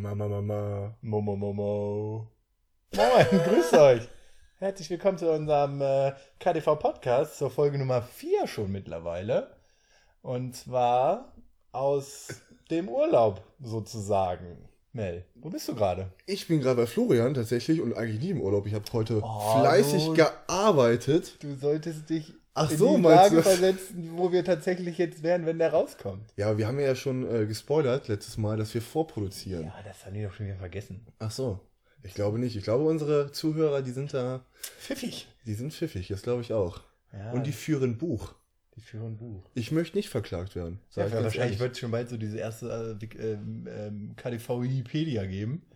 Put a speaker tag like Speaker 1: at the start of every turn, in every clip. Speaker 1: Mama, Mama, Mama, Mama.
Speaker 2: Moin, grüß euch. Herzlich willkommen zu unserem äh, KDV-Podcast, zur Folge Nummer 4 schon mittlerweile. Und zwar aus dem Urlaub sozusagen. Mel, wo bist du gerade?
Speaker 1: Ich bin gerade bei Florian tatsächlich und eigentlich nie im Urlaub. Ich habe heute
Speaker 2: Oh,
Speaker 1: fleißig
Speaker 2: du-
Speaker 1: gearbeitet.
Speaker 2: Du solltest dich
Speaker 1: Ach
Speaker 2: in
Speaker 1: so,
Speaker 2: die
Speaker 1: meinst
Speaker 2: Lage
Speaker 1: du?
Speaker 2: versetzen, wo wir tatsächlich jetzt wären, wenn der rauskommt.
Speaker 1: Ja, aber wir haben ja schon äh, gespoilert letztes Mal, dass wir vorproduzieren.
Speaker 2: Ja, das haben die doch schon wieder vergessen.
Speaker 1: Ach so. Ich glaube nicht. Ich glaube, unsere Zuhörer, die sind da,
Speaker 2: Pfiffig.
Speaker 1: die sind pfiffig. Das glaube ich auch.
Speaker 2: Ja,
Speaker 1: Und die führen Buch.
Speaker 2: die führen Buch.
Speaker 1: Ich möchte nicht verklagt werden.
Speaker 2: Ja,
Speaker 1: Sag ich ganz
Speaker 2: wahrscheinlich
Speaker 1: ehrlich.
Speaker 2: wird es schon bald so diese erste äh, Wik- ähm, ähm, KDV-Wikipedia geben,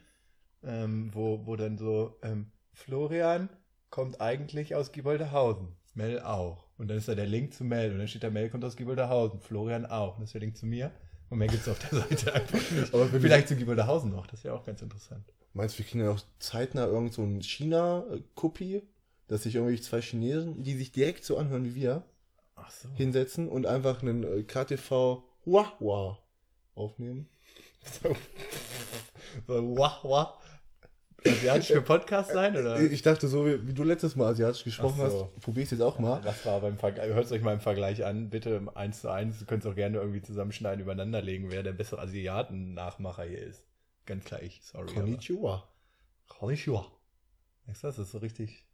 Speaker 2: ähm, wo, wo dann so ähm, Florian kommt eigentlich aus Gieboldehausen, Mel auch. Und dann ist da der Link zu Mel und dann steht da Mel kommt aus Gieboldehausen, Florian auch. Und das ist der Link zu mir. Und mehr gibt es auf der Seite einfach nicht.
Speaker 1: Aber wenn
Speaker 2: Vielleicht zu Gieboldehausen noch, das wäre auch ganz interessant.
Speaker 1: Meinst du, wir kriegen ja auch zeitnah irgend so ein China-Kopie, dass sich irgendwie zwei Chinesen, die sich direkt so anhören wie wir,
Speaker 2: Ach so.
Speaker 1: hinsetzen und einfach einen äh, KTV Wahwa aufnehmen?
Speaker 2: So, so wah, wah. Asiatische Podcast sein, oder?
Speaker 1: Äh, Ich dachte so, wie, wie du letztes Mal asiatisch gesprochen
Speaker 2: Ach so.
Speaker 1: hast, probier ich jetzt auch mal.
Speaker 2: Äh, Das war beim Vergleich, hört es euch mal im Vergleich an, bitte eins zu eins, ihr könnt es auch gerne irgendwie zusammenschneiden, übereinander legen, wer der bessere Asiaten-Nachmacher hier ist. Ganz klar ich, sorry.
Speaker 1: Konnichiwa.
Speaker 2: aber- Konnichiwa. Merkst du, das ist so richtig.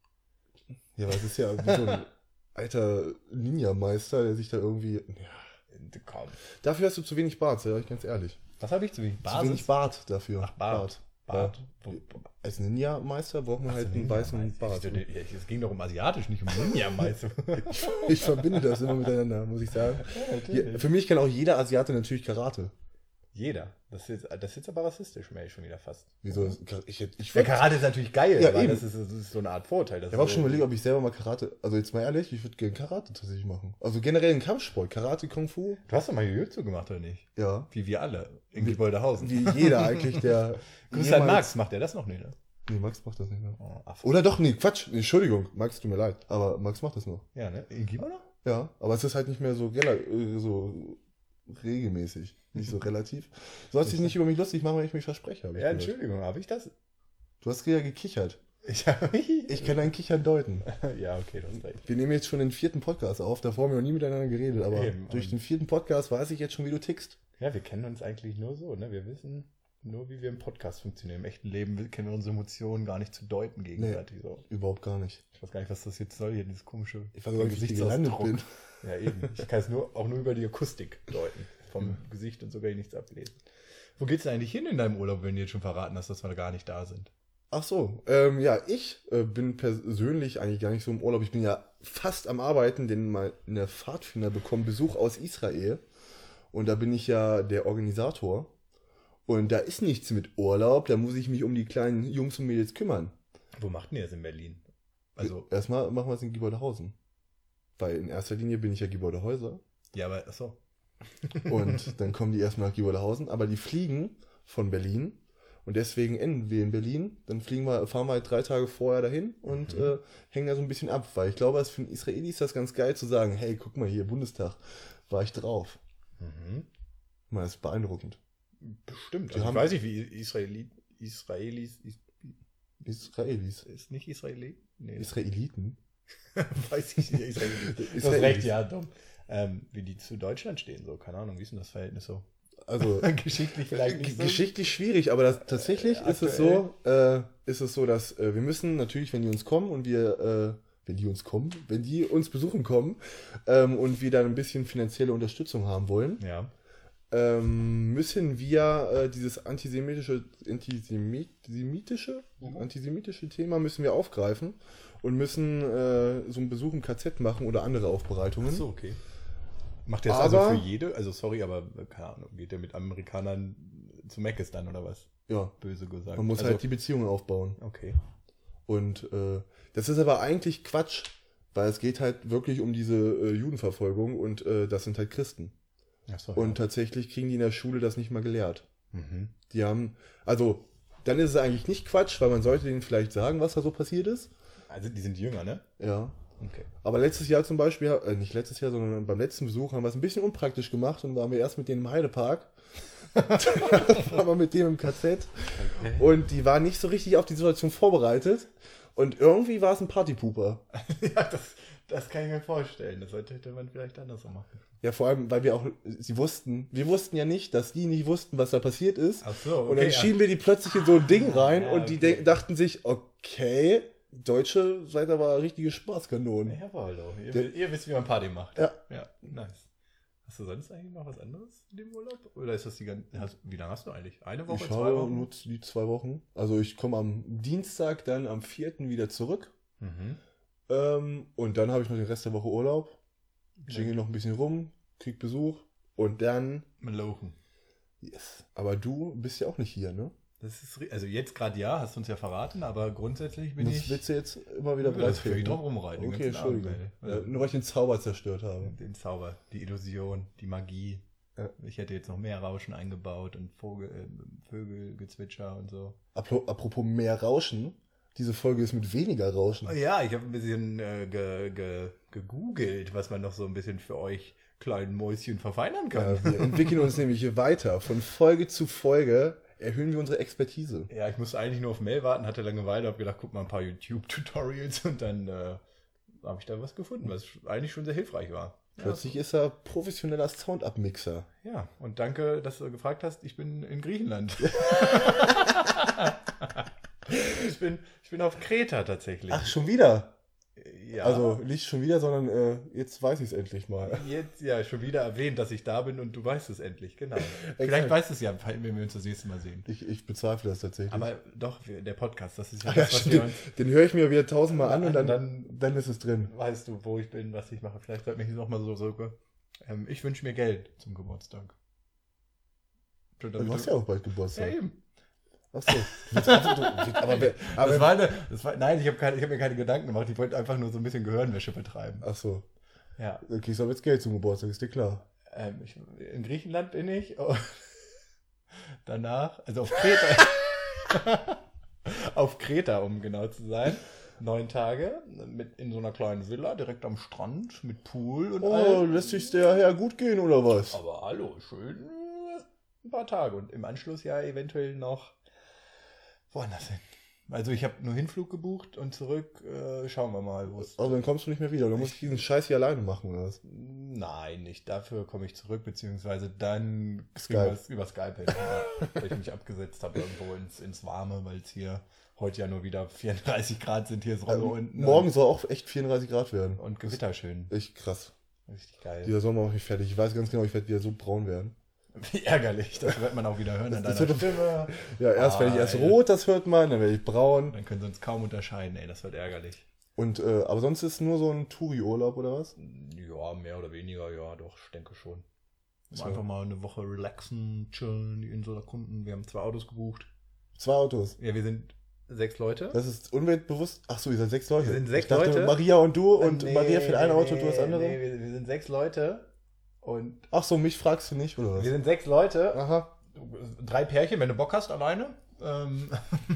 Speaker 1: Ja, aber es ist ja wie so ein alter Ninja-Meister, der sich da irgendwie... Ja.
Speaker 2: Komm.
Speaker 1: Dafür hast du zu wenig Bart, sag ich ganz ehrlich.
Speaker 2: Was habe ich zu wenig?
Speaker 1: Zu wenig Bart dafür.
Speaker 2: Ach, Bart. Bart.
Speaker 1: Als Ninja-Meister braucht man halt einen weißen Bart.
Speaker 2: Ich- ich- ich- Es ging doch um Asiatisch, nicht um Ninja, meinst du?
Speaker 1: Ich verbinde das immer miteinander, muss ich sagen.
Speaker 2: natürlich.
Speaker 1: Je- Für mich kann auch jeder Asiate natürlich Karate.
Speaker 2: Jeder. Das ist, das ist jetzt aber rassistisch, Mel, schon wieder fast.
Speaker 1: Wieso? Ich, ich, ich,
Speaker 2: Der
Speaker 1: würd- ich
Speaker 2: Karate ist natürlich geil,
Speaker 1: Ja,
Speaker 2: weil
Speaker 1: eben.
Speaker 2: das ist, das ist so eine Art Vorurteil. Ich
Speaker 1: habe auch schon überlegt, ob ich selber mal Karate. Also jetzt mal ehrlich, ich würde gerne Karate tatsächlich machen. Also generell einen Kampfsport. Karate, Kung Fu.
Speaker 2: Du hast doch mal Jujutsu gemacht, oder nicht?
Speaker 1: Ja.
Speaker 2: Wie wir alle in Gebäudehausen.
Speaker 1: Wie jeder eigentlich, der.
Speaker 2: Grüß
Speaker 1: jemals-
Speaker 2: an Max, macht er das noch nicht, ne?
Speaker 1: Nee, Max macht das nicht mehr.
Speaker 2: Oh, Affe.
Speaker 1: Oder doch, nee, Quatsch. Nee, Entschuldigung, Max, tut mir leid. Aber Max macht das noch.
Speaker 2: Ja, ne? Irgendwie war noch?
Speaker 1: Ja, aber es ist halt nicht mehr so, rela äh, so regelmäßig. Nicht so relativ. Du hast dich nicht über mich lustig machen, wenn ich mich verspreche. hab ich
Speaker 2: Ja,
Speaker 1: gehört.
Speaker 2: Entschuldigung, habe ich das?
Speaker 1: Du hast ja gekichert.
Speaker 2: Ich habe
Speaker 1: Ich kann dein Kichern deuten.
Speaker 2: Ja, okay, du hast recht.
Speaker 1: Wir nehmen jetzt schon den vierten Podcast auf, davor haben wir noch nie miteinander geredet, aber
Speaker 2: Eben.
Speaker 1: durch den vierten Podcast weiß ich jetzt schon, wie du tickst.
Speaker 2: Ja, wir kennen uns eigentlich nur so, ne? Wir wissen nur, wie wir im Podcast funktionieren. Im echten Leben kennen wir unsere Emotionen gar nicht zu deuten gegenseitig. So.
Speaker 1: Überhaupt gar nicht.
Speaker 2: Ich weiß gar nicht, was das jetzt soll, hier dieses komische
Speaker 1: Ich weiß gar nicht, wie ich hier gelandet bin.
Speaker 2: Ja, eben. Ich kann es nur, auch nur über die Akustik deuten. Vom Gesicht und so kann ich nichts ablesen. Wo geht's denn eigentlich hin in deinem Urlaub, wenn du jetzt schon verraten hast, dass wir da gar nicht da sind?
Speaker 1: Ach so, ähm, ja, ich äh, bin persönlich eigentlich gar nicht so im Urlaub. Ich bin ja fast am Arbeiten, denn mal eine Pfadfinder bekommen, Besuch aus Israel. Und da bin ich ja der Organisator. Und da ist nichts mit Urlaub, da muss ich mich um die kleinen Jungs und Mädels kümmern.
Speaker 2: Wo macht denn ihr das in Berlin? Also,
Speaker 1: Erstmal machen wir es in Giebeldehausen. Weil in erster Linie bin ich ja Giebeldehäuser.
Speaker 2: ja, aber, achso.
Speaker 1: Und dann kommen die erstmal nach Gieberlhausen, aber die fliegen von Berlin und deswegen enden wir in Berlin. Dann fliegen wir, fahren wir halt drei Tage vorher dahin und
Speaker 2: Mhm.
Speaker 1: äh, hängen da so ein bisschen ab, weil ich glaube, als für einen Israeli ist das ganz geil zu sagen, hey, guck mal hier, Bundestag, war ich drauf.
Speaker 2: Mhm.
Speaker 1: Man, das ist beeindruckend.
Speaker 2: Bestimmt.
Speaker 1: Die
Speaker 2: Also ich
Speaker 1: haben-
Speaker 2: weiß nicht, wie Israeli, Israelis. Is,
Speaker 1: Israelis.
Speaker 2: ist nicht Israeli? Nee,
Speaker 1: Israeliten.
Speaker 2: weiß ich nicht. Israelis. Du hast
Speaker 1: Israelis.
Speaker 2: recht, ja, dumm. Ähm, wie die zu Deutschland stehen, so. Keine Ahnung, wie ist denn das Verhältnis so?
Speaker 1: Also
Speaker 2: Geschichtlich vielleicht nicht so.
Speaker 1: Geschichtlich schwierig, aber das, tatsächlich
Speaker 2: Äh,
Speaker 1: ist es so, äh, ist es so, dass äh, wir müssen natürlich, wenn die uns kommen und wir, äh, wenn die uns kommen, wenn die uns besuchen kommen ähm, und wir dann ein bisschen finanzielle Unterstützung haben wollen,
Speaker 2: Ja.
Speaker 1: ähm, müssen wir äh, dieses antisemitische, antisemitische,
Speaker 2: Mhm.
Speaker 1: antisemitische Thema müssen wir aufgreifen und müssen äh, so einen Besuch im KZ machen oder andere Aufbereitungen.
Speaker 2: Achso, okay. Macht der das
Speaker 1: Aber-
Speaker 2: also für jede? Also, sorry, aber äh, keine Ahnung. Geht der mit Amerikanern zu Meckes dann oder was?
Speaker 1: Ja,
Speaker 2: Böse gesagt.
Speaker 1: man muss
Speaker 2: also,
Speaker 1: halt die Beziehungen aufbauen.
Speaker 2: Okay.
Speaker 1: Und äh, das ist aber eigentlich Quatsch, weil es geht halt wirklich um diese äh, Judenverfolgung und äh, das sind halt Christen.
Speaker 2: Achso.
Speaker 1: Und tatsächlich kriegen die in der Schule das nicht mal gelehrt.
Speaker 2: Mhm.
Speaker 1: Die haben, also, dann ist es eigentlich nicht Quatsch, weil man sollte denen vielleicht sagen, was da so passiert ist.
Speaker 2: Also, die sind jünger, ne?
Speaker 1: Ja.
Speaker 2: Okay.
Speaker 1: Aber letztes Jahr zum Beispiel, äh, nicht letztes Jahr, sondern beim letzten Besuch haben wir es ein bisschen unpraktisch gemacht und waren wir erst mit denen im Heidepark. Dann waren wir mit dem im KZ und die waren nicht so richtig auf die Situation vorbereitet und irgendwie war es ein Partypooper.
Speaker 2: ja, das, das kann ich mir vorstellen. Das sollte hätte man vielleicht anders machen.
Speaker 1: Ja, vor allem, weil wir auch, sie wussten, wir wussten ja nicht, dass die nicht wussten, was da passiert ist.
Speaker 2: Ach so,
Speaker 1: Und dann
Speaker 2: Ah, ja. Ah,
Speaker 1: schieben wir die plötzlich in so ein Ding rein
Speaker 2: ja,
Speaker 1: und die
Speaker 2: okay.
Speaker 1: denk- dachten sich, okay, Deutsche seid aber richtige Spaßkanonen.
Speaker 2: Jawohl, hallo. Ihr,
Speaker 1: Hm. Der-
Speaker 2: ihr wisst, wie man Party macht.
Speaker 1: Ja.
Speaker 2: Ja, nice. Hast du sonst eigentlich noch was anderes in dem Urlaub? Oder ist das die ganze. Hast, wie lange hast du eigentlich? Eine Woche,
Speaker 1: Ich
Speaker 2: zwei
Speaker 1: habe
Speaker 2: Wochen?
Speaker 1: nur die zwei Wochen. Also ich komme am Dienstag, dann am 4. wieder zurück.
Speaker 2: Mhm.
Speaker 1: Ähm, und dann habe ich noch den Rest der Woche Urlaub. Jingle
Speaker 2: Ja.
Speaker 1: noch ein bisschen rum, krieg Besuch und dann.
Speaker 2: Malochen.
Speaker 1: Yes. Aber du bist ja auch nicht hier, ne?
Speaker 2: Das ist, ri- also jetzt gerade ja, hast du uns ja verraten, aber grundsätzlich bin
Speaker 1: das
Speaker 2: ich.
Speaker 1: willst du jetzt immer wieder
Speaker 2: Ja, das will ich
Speaker 1: ne?
Speaker 2: drauf rumreiten. den
Speaker 1: Okay,
Speaker 2: ganzen Abend,
Speaker 1: Entschuldigung.
Speaker 2: ey.
Speaker 1: Ja, nur weil ich den Zauber zerstört habe.
Speaker 2: Den Zauber, die Illusion, die Magie.
Speaker 1: Ja.
Speaker 2: Ich hätte jetzt noch mehr Rauschen eingebaut und Vogel, äh, Vögelgezwitscher und so.
Speaker 1: Apro- Apropos mehr Rauschen. Diese Folge ist mit weniger Rauschen.
Speaker 2: Oh ja, ich habe ein bisschen äh, ge, ge, gegoogelt, was man noch so ein bisschen für euch kleinen Mäuschen verfeinern kann.
Speaker 1: Ja, wir entwickeln uns nämlich weiter. Von Folge zu Folge erhöhen wir unsere Expertise.
Speaker 2: Ja, ich musste eigentlich nur auf Mail warten, hatte Langeweile, hab gedacht, guck mal ein paar YouTube-Tutorials und dann äh, habe ich da was gefunden, was eigentlich schon sehr hilfreich war. Ja,
Speaker 1: Plötzlich ist er professioneller Sound-Up-Mixer.
Speaker 2: Ja, und danke, dass du gefragt hast. Ich bin in Griechenland. ich, bin, ich bin auf Kreta tatsächlich.
Speaker 1: Ach, schon wieder?
Speaker 2: ja.
Speaker 1: Also nicht schon wieder, sondern äh, jetzt weiß ich es endlich mal.
Speaker 2: Jetzt ja schon wieder erwähnt, dass ich da bin und du weißt es endlich, genau. Vielleicht weißt du es ja, wenn wir uns das nächste Mal sehen.
Speaker 1: Ich, ich bezweifle das tatsächlich.
Speaker 2: Aber doch, wir- der Podcast, das ist ja
Speaker 1: Ah, ja,
Speaker 2: das, was wir
Speaker 1: stimmt.
Speaker 2: uns,
Speaker 1: Den höre ich mir wieder tausendmal an und dann, dann,
Speaker 2: Dann-
Speaker 1: ist es drin.
Speaker 2: weißt du, wo ich bin, was ich mache. Vielleicht sollten wir hier nochmal so zurück. Ähm, ich wünsche mir Geld zum Geburtstag. Schon
Speaker 1: Du
Speaker 2: damit
Speaker 1: hast ja auch bald Geburtstag.
Speaker 2: ja, eben.
Speaker 1: Achso. Du willst einfach- du- du- Aber wer.
Speaker 2: das
Speaker 1: Aber,
Speaker 2: war eine, das war, nein, ich habe hab mir keine Gedanken gemacht. Ich wollte einfach nur so ein bisschen Gehirnwäsche betreiben.
Speaker 1: achso.
Speaker 2: Ja,
Speaker 1: Dann kriegst du aber jetzt Geld zum Geburtstag, ist dir klar.
Speaker 2: ähm, ich, in Griechenland bin ich. und Danach, also auf Kreta. auf Kreta, um genau zu sein. Neun Tage mit, in so einer kleinen Villa direkt am Strand mit Pool und
Speaker 1: Oh,
Speaker 2: allem.
Speaker 1: lässt sich's der Herr gut gehen oder was?
Speaker 2: Aber hallo, schön äh, ein paar Tage und im Anschluss ja eventuell noch woanders hin. Also ich habe nur Hinflug gebucht und zurück äh, schauen wir mal, wo es.
Speaker 1: Also dann kommst du nicht mehr wieder. Dann musst du diesen Scheiß hier alleine machen oder was?
Speaker 2: Nein, nicht dafür komme ich zurück, beziehungsweise dann
Speaker 1: Skype.
Speaker 2: Über, über Skype, hin, ja, weil ich mich abgesetzt habe irgendwo ins, ins Warme, weil es hier heute ja nur wieder 34 Grad sind, hier ist Rolle
Speaker 1: Ähm,
Speaker 2: unten.
Speaker 1: Morgen soll auch echt 34 Grad werden.
Speaker 2: Und, und Gewitter schön.
Speaker 1: Echt krass.
Speaker 2: Richtig geil.
Speaker 1: Dieser Sommer macht mich fertig. Ich weiß ganz genau, ich werde wieder so braun werden.
Speaker 2: Wie ärgerlich, das wird man auch wieder hören an
Speaker 1: Das- das
Speaker 2: deiner
Speaker 1: wird-
Speaker 2: Stimme.
Speaker 1: Ja, erst werde ich erst
Speaker 2: Alter.
Speaker 1: rot, das hört man, dann werde ich braun.
Speaker 2: Dann können sie uns kaum unterscheiden, ey, das wird ärgerlich.
Speaker 1: Und äh, aber sonst ist nur so ein Touri-Urlaub oder was?
Speaker 2: Ja, mehr oder weniger, ja, doch, ich denke schon.
Speaker 1: So.
Speaker 2: Einfach mal eine Woche relaxen, chillen, die Insel erkunden. Wir haben zwei Autos gebucht.
Speaker 1: Zwei Autos.
Speaker 2: Ja, wir sind sechs Leute.
Speaker 1: Das ist umweltbewusst. Ach so, ihr seid sechs Leute.
Speaker 2: Wir sind sechs
Speaker 1: ich dachte,
Speaker 2: Leute.
Speaker 1: Maria und du und
Speaker 2: Nee,
Speaker 1: Maria fährt ein
Speaker 2: nee,
Speaker 1: Auto und du
Speaker 2: nee,
Speaker 1: das andere.
Speaker 2: Nee, wir, wir sind sechs Leute und
Speaker 1: Ach so, mich fragst du nicht oder
Speaker 2: wir
Speaker 1: was?
Speaker 2: sind sechs Leute.
Speaker 1: Aha.
Speaker 2: Drei Pärchen, wenn du Bock hast, alleine. Ähm,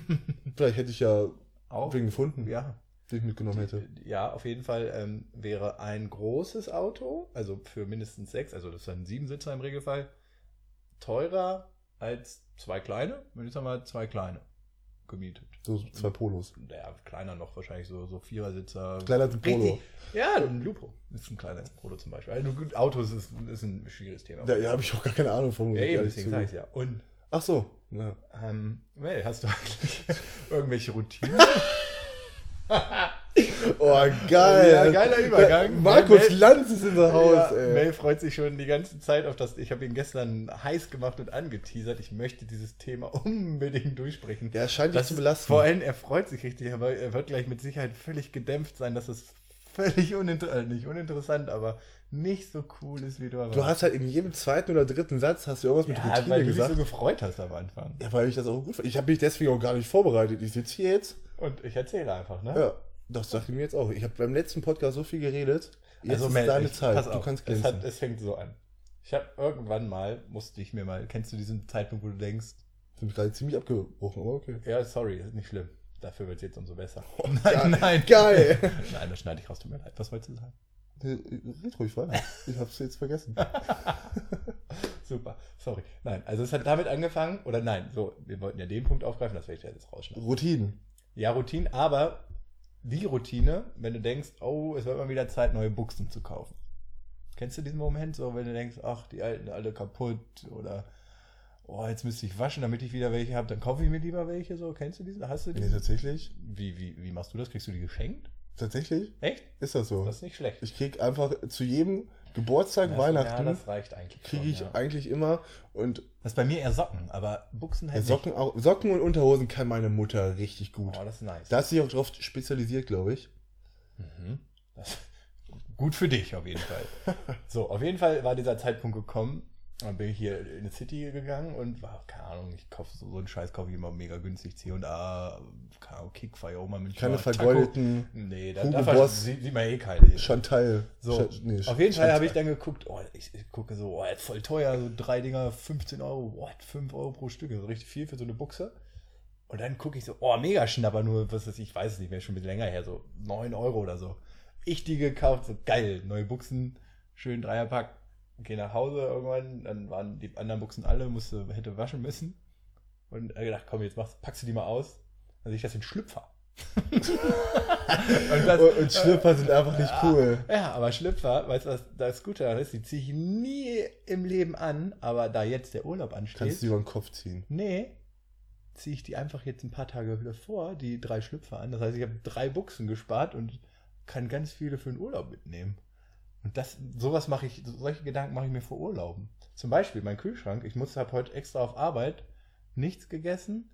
Speaker 1: Vielleicht hätte ich ja
Speaker 2: auch.
Speaker 1: wen gefunden,
Speaker 2: Ja.
Speaker 1: den ich mitgenommen hätte.
Speaker 2: ja, auf jeden Fall ähm, wäre ein großes Auto, also für mindestens sechs, also das ist ein Siebensitzer im Regelfall, teurer als zwei kleine. Und jetzt haben wir zwei kleine gemietet.
Speaker 1: So zwei Polos.
Speaker 2: Naja, kleiner noch wahrscheinlich, so, so Vierersitzer.
Speaker 1: Kleiner als ein Polo.
Speaker 2: Richtig. Ja, ein Lupo ist ein kleiner Polo zum Beispiel. Also, gut, Autos ist, ist ein schwieriges Thema.
Speaker 1: Da, ja, habe ich auch gar keine Ahnung von. muss
Speaker 2: Ja,
Speaker 1: ich
Speaker 2: eben,
Speaker 1: ehrlich
Speaker 2: deswegen
Speaker 1: zugeben.
Speaker 2: sage ich ja. Und,
Speaker 1: Ach so. Ja.
Speaker 2: ähm, Mel, hast du eigentlich irgendwelche Routinen?
Speaker 1: Oh, geil. Äh,
Speaker 2: Ja, geiler Übergang.
Speaker 1: Markus
Speaker 2: Mel-
Speaker 1: Lanz ist in der Haus,
Speaker 2: ja,
Speaker 1: ey.
Speaker 2: Mel freut sich schon die ganze Zeit auf das. Ich habe ihn gestern heiß gemacht und angeteasert. Ich möchte dieses Thema unbedingt durchsprechen.
Speaker 1: Ja, es scheint dich
Speaker 2: das
Speaker 1: zu belasten.
Speaker 2: Vor allem, er freut sich richtig, aber er wird gleich mit Sicherheit völlig gedämpft sein, dass es völlig uninter äh, nicht uninteressant, aber nicht so cool ist, wie du erwartest.
Speaker 1: du hast halt in jedem zweiten oder dritten Satz hast du irgendwas mit
Speaker 2: ja,
Speaker 1: Routine
Speaker 2: weil du dich
Speaker 1: gesagt.
Speaker 2: so gefreut hast am Anfang.
Speaker 1: ja, weil ich das auch gut fand. Ich habe mich deswegen auch gar nicht vorbereitet. Ich sitze hier jetzt.
Speaker 2: Und ich erzähle einfach, ne?
Speaker 1: Ja, das dachte ich mir jetzt auch. Ich habe beim letzten Podcast so viel geredet. Jetzt ist
Speaker 2: Mel,
Speaker 1: deine
Speaker 2: Also, ich-
Speaker 1: Zeit.
Speaker 2: pass
Speaker 1: du
Speaker 2: auf,
Speaker 1: kannst
Speaker 2: es,
Speaker 1: glänzen.
Speaker 2: hat, es fängt so an. Ich habe irgendwann mal, musste ich mir mal, kennst du diesen Zeitpunkt, wo du denkst,
Speaker 1: Ich bin gerade ziemlich abgebrochen, aber okay.
Speaker 2: ja, sorry, ist nicht schlimm. Dafür wird es jetzt umso besser.
Speaker 1: Oh, geil.
Speaker 2: nein, nein.
Speaker 1: Geil.
Speaker 2: Nein, das schneide ich raus, tut mir leid. Was wolltest du sagen?
Speaker 1: Red ruhig weiter. Ich hab's jetzt vergessen.
Speaker 2: Super, sorry. Nein, also es hat damit angefangen, oder nein, so, wir wollten ja den Punkt aufgreifen, das werde ich jetzt rausschneiden.
Speaker 1: Routinen.
Speaker 2: Ja, Routine, aber die Routine, wenn du denkst, oh, es wird mal wieder Zeit, neue Buchsen zu kaufen. Kennst du diesen Moment, so wenn du denkst, ach, die alten alle kaputt oder oh, jetzt müsste ich waschen, damit ich wieder welche habe, dann kaufe ich mir lieber welche, so, kennst du diesen? Hast du
Speaker 1: Nee,
Speaker 2: diesen?
Speaker 1: tatsächlich.
Speaker 2: Wie, wie, wie machst du das? Kriegst du die geschenkt?
Speaker 1: Tatsächlich
Speaker 2: Echt?
Speaker 1: ist das so.
Speaker 2: Das ist nicht schlecht.
Speaker 1: Ich krieg einfach zu jedem Geburtstag,
Speaker 2: Ja,
Speaker 1: Weihnachten,
Speaker 2: Ja, das reicht eigentlich.
Speaker 1: kriege
Speaker 2: schon,
Speaker 1: ich
Speaker 2: ja.
Speaker 1: eigentlich immer. Und
Speaker 2: Das ist bei mir eher Socken, aber Buchsen halt
Speaker 1: Socken, auch, Socken und Unterhosen kann meine Mutter richtig gut.
Speaker 2: nicht. Oh, das ist nice.
Speaker 1: Da ist sie auch drauf spezialisiert, glaube ich. Hm?
Speaker 2: Mhm. Das, gut für dich auf jeden Fall. so, auf jeden Fall war dieser Zeitpunkt gekommen. Dann bin ich hier in die City gegangen und war, keine Ahnung, ich kaufe so, so einen Scheiß, kaufe ich immer mega günstig, C&A, keine Ahnung, Kickfire, Oma München.
Speaker 1: Keine
Speaker 2: Taco.
Speaker 1: vergoldeten
Speaker 2: Nee, da,
Speaker 1: Hugo
Speaker 2: da
Speaker 1: Boss.
Speaker 2: sieht, sieht man eh keine.
Speaker 1: Chantal.
Speaker 2: So,
Speaker 1: Cha- nee,
Speaker 2: auf jeden Fall
Speaker 1: Chantal.
Speaker 2: habe ich dann geguckt, oh, ich, ich gucke so, oh, voll teuer, so drei Dinger, 15 Euro, what, 5 Euro pro Stück, also richtig viel für so eine Buchse. Und dann gucke ich so, oh, mega schnapper, nur, was ist, ich weiß es nicht mehr, schon ein bisschen länger her, so 9 Euro oder so. Ich die gekauft, so geil, neue Buchsen, schön Dreierpack, gehe nach Hause irgendwann, dann waren die anderen Buchsen alle, musste, hätte waschen müssen. Und äh, gedacht, komm, jetzt machst, packst du die mal aus. Dann sehe ich das in Schlüpfer. und das,
Speaker 1: Und, und Schlüpper sind einfach nicht cool.
Speaker 2: ja, aber Schlüpfer, weißt du, was das Gute daran ist? Die ziehe ich nie im Leben an, aber da jetzt der Urlaub ansteht,
Speaker 1: Kannst du über den Kopf ziehen.
Speaker 2: nee, ziehe ich die einfach jetzt ein paar Tage davor, die drei Schlüpfer an. Das heißt, ich habe drei Buchsen gespart und kann ganz viele für den Urlaub mitnehmen. Und das, sowas mache ich, solche Gedanken mache ich mir vor Urlauben. Zum Beispiel mein Kühlschrank. Ich musste habe heute extra auf Arbeit nichts gegessen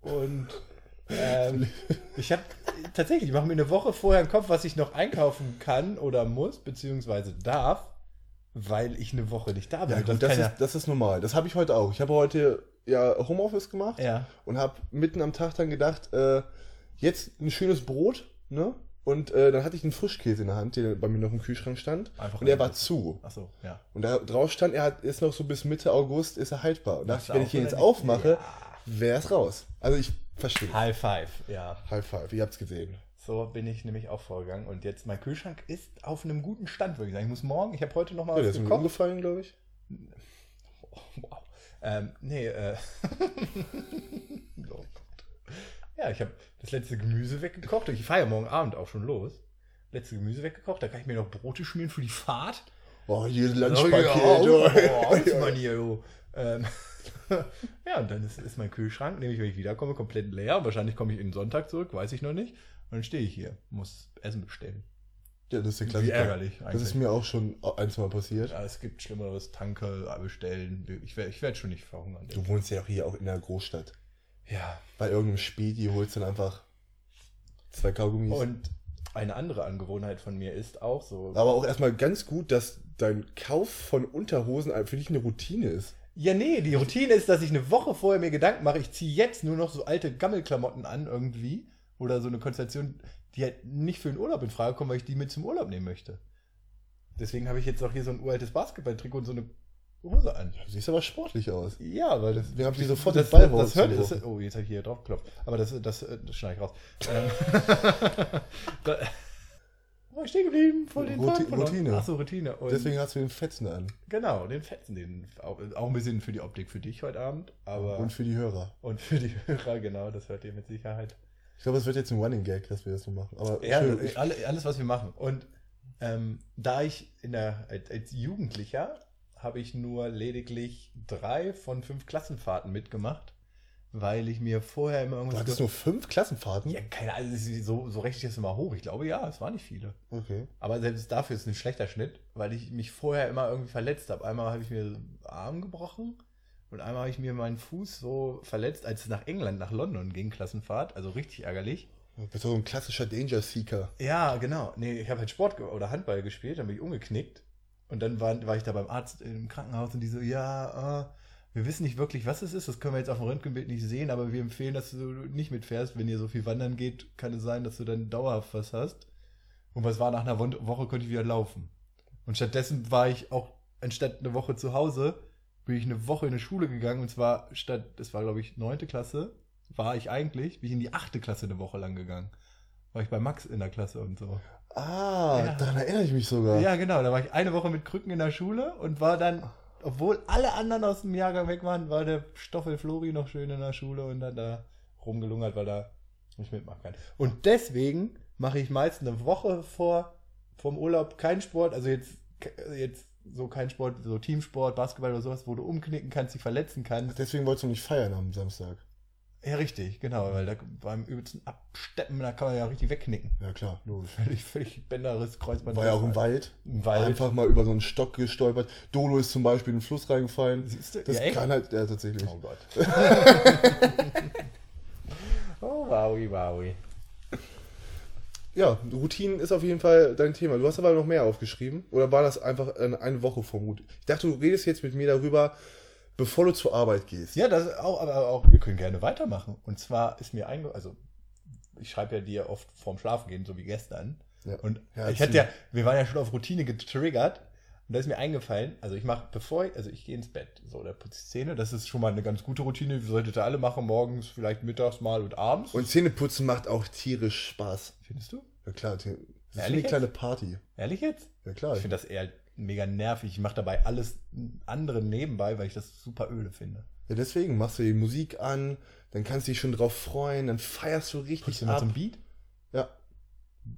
Speaker 2: und ähm, ich habe tatsächlich, ich mache mir eine Woche vorher im Kopf, was ich noch einkaufen kann oder muss, beziehungsweise darf, weil ich eine Woche nicht da bin.
Speaker 1: Ja,
Speaker 2: Und
Speaker 1: gut, das,
Speaker 2: kann
Speaker 1: ist, das ist normal. Das habe ich heute auch. Ich habe heute ja Homeoffice gemacht
Speaker 2: ja, ja.
Speaker 1: und habe mitten am Tag dann gedacht, äh, jetzt ein schönes Brot, ne? Und äh, dann hatte ich einen Frischkäse in der Hand, der bei mir noch im Kühlschrank stand.
Speaker 2: Einfach
Speaker 1: und der war
Speaker 2: reingesetzt.
Speaker 1: zu.
Speaker 2: Achso, ja.
Speaker 1: Und da drauf stand, er hat, ist noch so bis Mitte August, ist er haltbar. Und dachte
Speaker 2: Machst du
Speaker 1: ich, wenn
Speaker 2: auf
Speaker 1: ich ihn
Speaker 2: oder
Speaker 1: jetzt
Speaker 2: nicht?
Speaker 1: aufmache,
Speaker 2: Ja.
Speaker 1: wäre es raus. Also ich verstehe.
Speaker 2: High five, ja.
Speaker 1: High five, ihr habt's gesehen.
Speaker 2: So bin ich nämlich auch vorgegangen. Und jetzt, mein Kühlschrank ist auf einem guten Stand, würde ich sagen. Ich muss morgen, ich habe heute nochmal
Speaker 1: Ja, der
Speaker 2: was
Speaker 1: ist mir
Speaker 2: gekocht.
Speaker 1: umgefallen, glaube ich.
Speaker 2: Oh, wow. Ähm, nee, äh. so. ja, ich habe das letzte Gemüse weggekocht. Ich fahre ja morgen Abend auch schon los. Letzte Gemüse weggekocht, da kann ich mir noch Brote schmieren für die Fahrt.
Speaker 1: Oh, hier ist
Speaker 2: Also, Oh,
Speaker 1: Lunchpaket.
Speaker 2: Mann, hier, du. Ähm, ja, und dann ist, ist mein Kühlschrank, nämlich wenn ich wiederkomme, komplett leer. Wahrscheinlich komme ich in den Sonntag zurück, weiß ich noch nicht. Und dann stehe ich hier, muss Essen bestellen.
Speaker 1: Ja, das ist der
Speaker 2: Wie
Speaker 1: Klassiker.
Speaker 2: ärgerlich
Speaker 1: Das ist mir auch schon ein, zwei Mal passiert.
Speaker 2: ja, es gibt Schlimmeres, Tanke, äh, bestellen. Ich werde ich werd schon nicht verhungern.
Speaker 1: Du wohnst ja auch hier auch in der Großstadt.
Speaker 2: Ja,
Speaker 1: Bei irgendeinem Spedi holst du dann einfach zwei Kaugummis.
Speaker 2: und eine andere Angewohnheit von mir ist auch so.
Speaker 1: Aber auch erstmal ganz gut, dass dein Kauf von Unterhosen für dich eine Routine ist.
Speaker 2: Ja, nee, die Routine ist, dass ich eine Woche vorher mir Gedanken mache, ich ziehe jetzt nur noch so alte Gammelklamotten an irgendwie. Oder so eine Konstellation, die halt nicht für den Urlaub in Frage kommt, weil ich die mit zum Urlaub nehmen möchte. Deswegen habe ich jetzt auch hier so ein uraltes Basketballtrikot und so eine Hose an.
Speaker 1: Du siehst aber sportlich aus.
Speaker 2: Ja, weil das.
Speaker 1: Wir haben die sofort
Speaker 2: das,
Speaker 1: den Ball
Speaker 2: das, das hört
Speaker 1: rausgeworfen.
Speaker 2: das, Oh, jetzt habe ich hier drauf geklopft. Aber das, das, äh, das schneide ich raus. Ähm, da, oh, ich stehe geblieben, voll den
Speaker 1: Routi-
Speaker 2: Faden verloren.
Speaker 1: Routine.
Speaker 2: Ach so, Routine. Und
Speaker 1: Deswegen hast du den Fetzen an.
Speaker 2: Genau, den Fetzen, den auch, auch ein bisschen für die Optik für dich heute Abend, aber
Speaker 1: Und
Speaker 2: und,
Speaker 1: für die Hörer.
Speaker 2: für die Hörer, genau, das hört ihr mit Sicherheit.
Speaker 1: Ich glaube, es wird jetzt ein Running Gag, dass wir das so machen. Aber
Speaker 2: Ja, äh,
Speaker 1: schön, ich,
Speaker 2: alle, alles, was wir machen. Und ähm, da ich in der, als, als Jugendlicher habe ich nur lediglich drei von fünf Klassenfahrten mitgemacht, weil ich mir vorher immer
Speaker 1: du
Speaker 2: irgendwas.
Speaker 1: hattest
Speaker 2: ge-
Speaker 1: nur fünf Klassenfahrten?
Speaker 2: ja, keine Ahnung, das ist so, so rechne ich das immer hoch. Ich glaube ja, es waren nicht viele.
Speaker 1: Okay.
Speaker 2: Aber selbst dafür ist ein schlechter Schnitt, weil ich mich vorher immer irgendwie verletzt habe. Einmal habe ich mir den Arm gebrochen und einmal habe ich mir meinen Fuß so verletzt, als es nach England, nach London ging, Klassenfahrt. Also richtig ärgerlich.
Speaker 1: Du bist doch so ein klassischer Danger Seeker.
Speaker 2: Ja, genau. Nee, ich habe halt Sport ge- oder Handball gespielt, dann bin ich umgeknickt. Und dann war, war ich da beim Arzt im Krankenhaus und die so, ja, äh, wir wissen nicht wirklich, was es ist. Das können wir jetzt auf dem Röntgenbild nicht sehen, aber wir empfehlen, dass du nicht mitfährst. Wenn ihr so viel wandern geht, kann es sein, dass du dann dauerhaft was hast. Und was war nach einer Won- Woche, konnte ich wieder laufen. Und stattdessen war ich auch, anstatt eine Woche zu Hause, bin ich eine Woche in die Schule gegangen und zwar statt, das war glaube ich neunte Klasse, war ich eigentlich, bin ich in die achte Klasse eine Woche lang gegangen. War ich bei Max in der Klasse und so.
Speaker 1: Ah,
Speaker 2: Ja.
Speaker 1: daran erinnere ich mich sogar.
Speaker 2: Ja, genau. Da war ich eine Woche mit Krücken in der Schule und war dann, obwohl alle anderen aus dem Jahrgang weg waren, war der Stoffel Flori noch schön in der Schule und hat da rumgelungert, weil er nicht mitmachen kann. Und deswegen mache ich meist eine Woche vor vom Urlaub keinen Sport, also jetzt, jetzt so kein Sport, so Teamsport, Basketball oder sowas, wo du umknicken kannst, dich verletzen kannst.
Speaker 1: Deswegen wolltest du nicht feiern am Samstag.
Speaker 2: Ja, richtig, genau, weil da beim übelsten Absteppen, da kann man ja richtig wegknicken.
Speaker 1: Ja, klar, logisch.
Speaker 2: Völlig, völlig Bänderriss, Kreuzband.
Speaker 1: War ja auch im Wald.
Speaker 2: Im Wald.
Speaker 1: Einfach mal über so einen Stock gestolpert. Dolo ist zum Beispiel in den Fluss reingefallen.
Speaker 2: Siehst du?
Speaker 1: Das
Speaker 2: Ja, echt?
Speaker 1: kann halt, ja, tatsächlich.
Speaker 2: Oh Gott. oh, wowie, wowie.
Speaker 1: Ja, Routinen ist auf jeden Fall dein Thema. Du hast aber noch mehr aufgeschrieben. Oder war das einfach äh, eine Woche vom Gut? Ich dachte, du redest jetzt mit mir darüber, bevor du zur Arbeit gehst.
Speaker 2: Ja, das ist auch, aber auch, wir können gerne weitermachen. Und zwar ist mir einge, also, ich schreibe ja dir oft vorm Schlafengehen, so wie gestern.
Speaker 1: Ja.
Speaker 2: Und
Speaker 1: Ja,
Speaker 2: ich hatte
Speaker 1: ziemlich.
Speaker 2: ja, wir waren ja schon auf Routine getriggert. Und da ist mir eingefallen, also ich mache, bevor ich, also ich gehe ins Bett, so, oder putze die Zähne. Das ist schon mal eine ganz gute Routine. Wir solltet ihr alle machen, morgens, vielleicht mittags mal und abends.
Speaker 1: Und Zähneputzen macht auch tierisch Spaß.
Speaker 2: Findest du?
Speaker 1: Ja klar, das ist wie
Speaker 2: Ehrlich
Speaker 1: eine
Speaker 2: jetzt?
Speaker 1: kleine Party.
Speaker 2: Ehrlich jetzt?
Speaker 1: Ja klar.
Speaker 2: Ich finde das eher mega nervig. Ich mache dabei alles andere nebenbei, weil ich das super öde finde.
Speaker 1: Ja, deswegen machst du die Musik an, dann kannst du dich schon drauf freuen, dann feierst du richtig
Speaker 2: Putzt du mal
Speaker 1: ab.
Speaker 2: zum Beat?
Speaker 1: ja,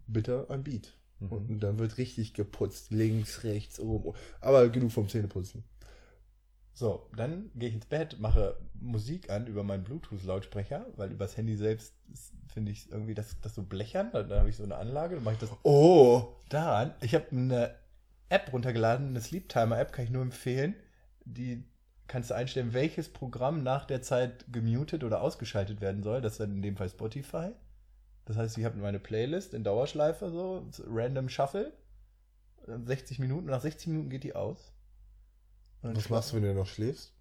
Speaker 1: bitte ein Beat.
Speaker 2: Mhm.
Speaker 1: Und dann wird richtig geputzt, links, rechts, oben. unten. Aber genug vom Zähneputzen.
Speaker 2: So, dann gehe ich ins Bett, mache Musik an über meinen Bluetooth-Lautsprecher, weil übers Handy selbst ist- finde ich irgendwie das, das so blechern. Da, da habe ich so eine Anlage, dann mache ich das
Speaker 1: Oh,
Speaker 2: da an. Ich habe eine App runtergeladen, eine Sleep Timer-App, kann ich nur empfehlen. Die kannst du einstellen, welches Programm nach der Zeit gemutet oder ausgeschaltet werden soll. Das ist dann in dem Fall Spotify. Das heißt, ich habe meine Playlist in Dauerschleife, so random Shuffle. 60 Minuten, nach 60 Minuten geht die aus. Und
Speaker 1: was machst du, wenn du noch schläfst?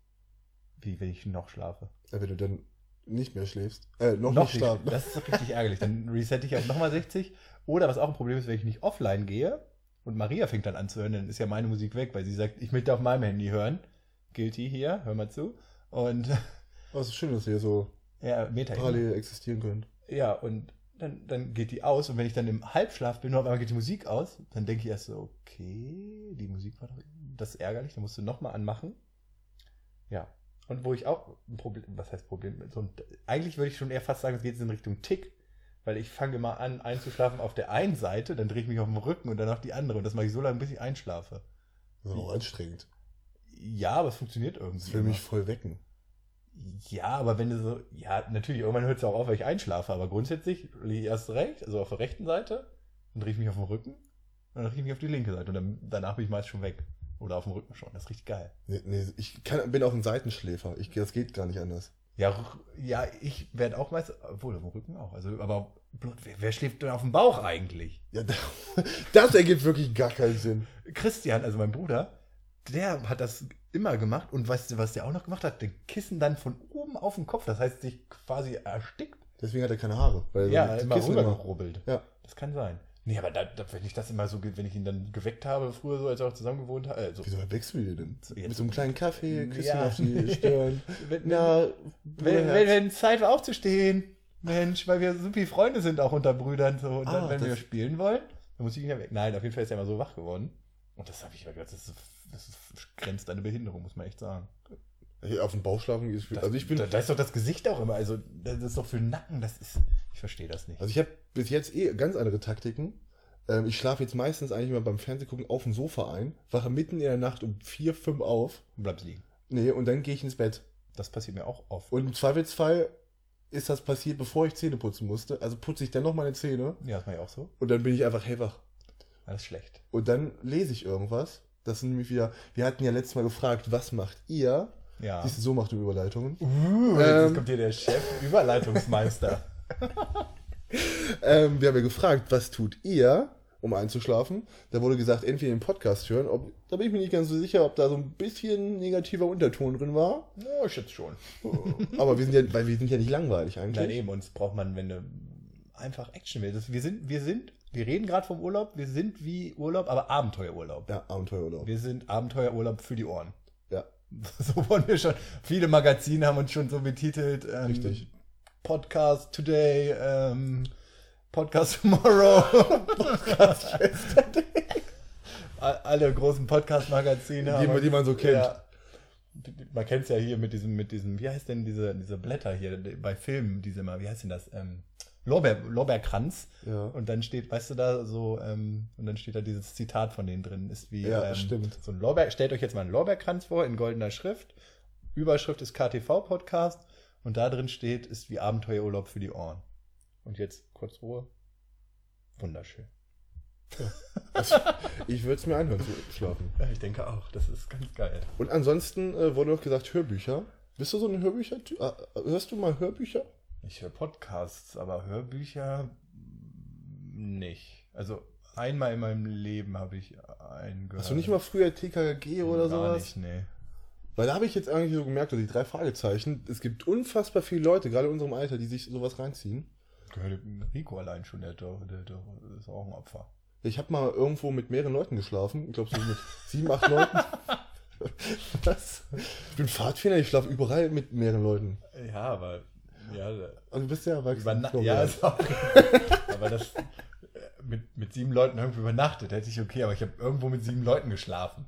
Speaker 2: wie wenn ich noch schlafe.
Speaker 1: Ja, wenn du dann nicht mehr schläfst. Äh, noch, nicht schlafen.
Speaker 2: Das ist doch richtig ärgerlich. Dann resette ich auf nochmal 60. Oder was auch ein Problem ist, wenn ich nicht offline gehe und Maria fängt dann an zu hören, dann ist ja meine Musik weg, weil sie sagt, ich möchte auf meinem Handy hören. Guilty hier, hör mal zu. Und
Speaker 1: Oh, es ist schön, dass ihr so
Speaker 2: ja, Meta.
Speaker 1: parallel existieren könnt.
Speaker 2: Ja, und dann, dann geht die aus und wenn ich dann im Halbschlaf bin und auf einmal geht die Musik aus, dann denke ich erst so, okay, die Musik war doch, das ist ärgerlich, dann musst du nochmal anmachen. Ja. Und wo ich auch ein Problem, was heißt Problem, so ein, eigentlich würde ich schon eher fast sagen, es geht jetzt in Richtung Tick, weil ich fange immer an einzuschlafen auf der einen Seite, dann drehe ich mich auf den Rücken und dann auf die andere und das mache ich so lange, bis ich einschlafe.
Speaker 1: Das ist auch anstrengend.
Speaker 2: Ja, aber es funktioniert irgendwie.
Speaker 1: Das will
Speaker 2: immer.
Speaker 1: mich voll wecken.
Speaker 2: Ja, aber wenn du so, ja, natürlich, irgendwann hört es auch auf, weil ich einschlafe, aber grundsätzlich liege ich erst rechts, also auf der rechten Seite, dann drehe ich mich auf den Rücken und dann drehe ich mich auf die linke Seite und dann, danach bin ich meist schon weg. Oder auf dem Rücken schon, das ist richtig geil.
Speaker 1: Nee, nee, ich kann, bin auch ein Seitenschläfer. Ich, das geht gar nicht anders.
Speaker 2: Ja, rück- ja ich werde auch meist, obwohl auf dem Rücken auch, also, aber Blut, wer, wer schläft denn auf dem Bauch eigentlich?
Speaker 1: Ja, das ergibt wirklich gar keinen Sinn.
Speaker 2: Christian, also mein Bruder, der hat das immer gemacht und weißt du, was der auch noch gemacht hat? Den Kissen dann von oben auf den Kopf, das heißt, sich quasi erstickt
Speaker 1: Deswegen hat er keine Haare. Weil
Speaker 2: Ja, äh,
Speaker 1: die
Speaker 2: immer
Speaker 1: Kissen
Speaker 2: rübergerubbelt.
Speaker 1: Ja.
Speaker 2: Das kann sein. Nee, aber da, da, wenn ich das immer so, ge- wenn ich ihn dann geweckt habe, früher so, als wir auch zusammen gewohnt haben, äh, so,
Speaker 1: Wieso verwechselst du die denn?
Speaker 2: So, jetzt-
Speaker 1: Mit so einem kleinen Kaffee, Küsschen
Speaker 2: Ja.
Speaker 1: auf die Stirn.
Speaker 2: wenn,
Speaker 1: Na,
Speaker 2: wenn, wenn, wenn Zeit war aufzustehen, Mensch, weil wir so viele Freunde sind auch unter Brüdern, so, und
Speaker 1: Ah,
Speaker 2: dann, wenn
Speaker 1: das-
Speaker 2: wir spielen wollen, dann muss ich ihn ja weg. Nein, auf jeden Fall ist er immer so wach geworden. Und das habe ich immer gedacht, das, ist, das ist, grenzt an eine Behinderung, muss man echt sagen.
Speaker 1: Hey, auf dem Bauch schlafen ist
Speaker 2: Das,
Speaker 1: Also ich bin.
Speaker 2: da, da ist doch das Gesicht auch immer, also, das ist doch für den Nacken, das ist, ich verstehe das nicht.
Speaker 1: Also ich habe bis jetzt eh ganz andere Taktiken. Ähm, ich schlafe jetzt meistens eigentlich mal beim Fernsehgucken auf dem Sofa ein, wache mitten in der Nacht um 4, 5 auf.
Speaker 2: Und bleibst liegen.
Speaker 1: Nee, und dann gehe ich ins Bett.
Speaker 2: Das passiert mir auch oft.
Speaker 1: Und im Zweifelsfall ist das passiert, bevor ich Zähne putzen musste. Also putze ich dann noch meine Zähne
Speaker 2: ja, das mache ich auch so.
Speaker 1: und dann bin ich einfach hellwach.
Speaker 2: Alles schlecht.
Speaker 1: Und dann lese ich irgendwas. Das sind nämlich wieder, wir hatten ja letztes Mal gefragt, was macht ihr?
Speaker 2: Ja.
Speaker 1: Siehst du, so macht du Überleitungen.
Speaker 2: Uh,
Speaker 1: Ähm.
Speaker 2: jetzt kommt hier der Chef, Überleitungsmeister.
Speaker 1: Ähm, wir haben ja gefragt, was tut ihr, um einzuschlafen? Da wurde gesagt, entweder den Podcast hören. Ob, da bin ich mir nicht ganz so sicher, ob da so ein bisschen negativer Unterton drin war.
Speaker 2: no, ich jetzt schon.
Speaker 1: Aber wir sind ja, weil wir sind ja nicht langweilig eigentlich.
Speaker 2: Nein, eben, uns braucht man, wenn du einfach Action willst. Das- Wir sind, wir sind, wir reden gerade vom Urlaub, wir sind wie Urlaub, aber Abenteuerurlaub.
Speaker 1: Ja, Abenteuerurlaub.
Speaker 2: Wir sind Abenteuerurlaub für die Ohren.
Speaker 1: Ja,
Speaker 2: So wollen wir schon. Viele Magazine haben uns schon so betitelt. Ähm,
Speaker 1: richtig.
Speaker 2: Podcast Today, ähm, Podcast Tomorrow, Podcast Yesterday. A- Alle großen Podcast-Magazine.
Speaker 1: Die,
Speaker 2: aber-
Speaker 1: die man so kennt.
Speaker 2: Ja. Man kennt es ja hier mit diesem, mit diesem, wie heißt denn diese, diese Blätter hier bei Filmen, diese mal, wie heißt denn das? Ähm, Lorbeer, Lorbeerkranz.
Speaker 1: Ja.
Speaker 2: Und dann steht, weißt du da, so, ähm, und dann steht da dieses Zitat von denen drin, ist wie,
Speaker 1: Ja,
Speaker 2: ähm,
Speaker 1: stimmt.
Speaker 2: so ein Lorbeer, stellt euch jetzt mal einen Lorbeerkranz vor in goldener Schrift. Überschrift ist KTV-Podcast und da drin steht, ist wie Abenteuerurlaub für die Ohren. Und jetzt kurz Ruhe. Wunderschön.
Speaker 1: Ich würde es mir anhören zu schlafen.
Speaker 2: Ja, ich denke auch, das ist ganz geil.
Speaker 1: Und ansonsten äh, wurde noch gesagt, Hörbücher. Bist du so ein Hörbücher-Typ? Ah, hörst du mal Hörbücher?
Speaker 2: Ich höre Podcasts, aber Hörbücher nicht. Also einmal in meinem Leben habe ich einen gehört.
Speaker 1: Hast du nicht mal früher TKG oder
Speaker 2: Äh. Gar
Speaker 1: sowas?
Speaker 2: Nicht, nee.
Speaker 1: Weil da habe ich jetzt eigentlich so gemerkt, also die drei Fragezeichen, es gibt unfassbar viele Leute, gerade in unserem Alter, die sich sowas reinziehen.
Speaker 2: Gehört Rico allein schon, der, der, der, der ist auch ein Opfer.
Speaker 1: Ich habe mal irgendwo mit mehreren Leuten geschlafen. Ich glaube, so mit sieben, acht Leuten. Was? Ich bin Pfadfinder, ich schlafe überall mit mehreren Leuten.
Speaker 2: Ja, aber. Ja,
Speaker 1: Also du bist ja erwachsen.
Speaker 2: überna- ja
Speaker 1: Florian.
Speaker 2: ist auch. aber das. äh, Mit, mit sieben Leuten irgendwo übernachtet, hätte ich okay, aber ich habe irgendwo mit sieben Leuten geschlafen.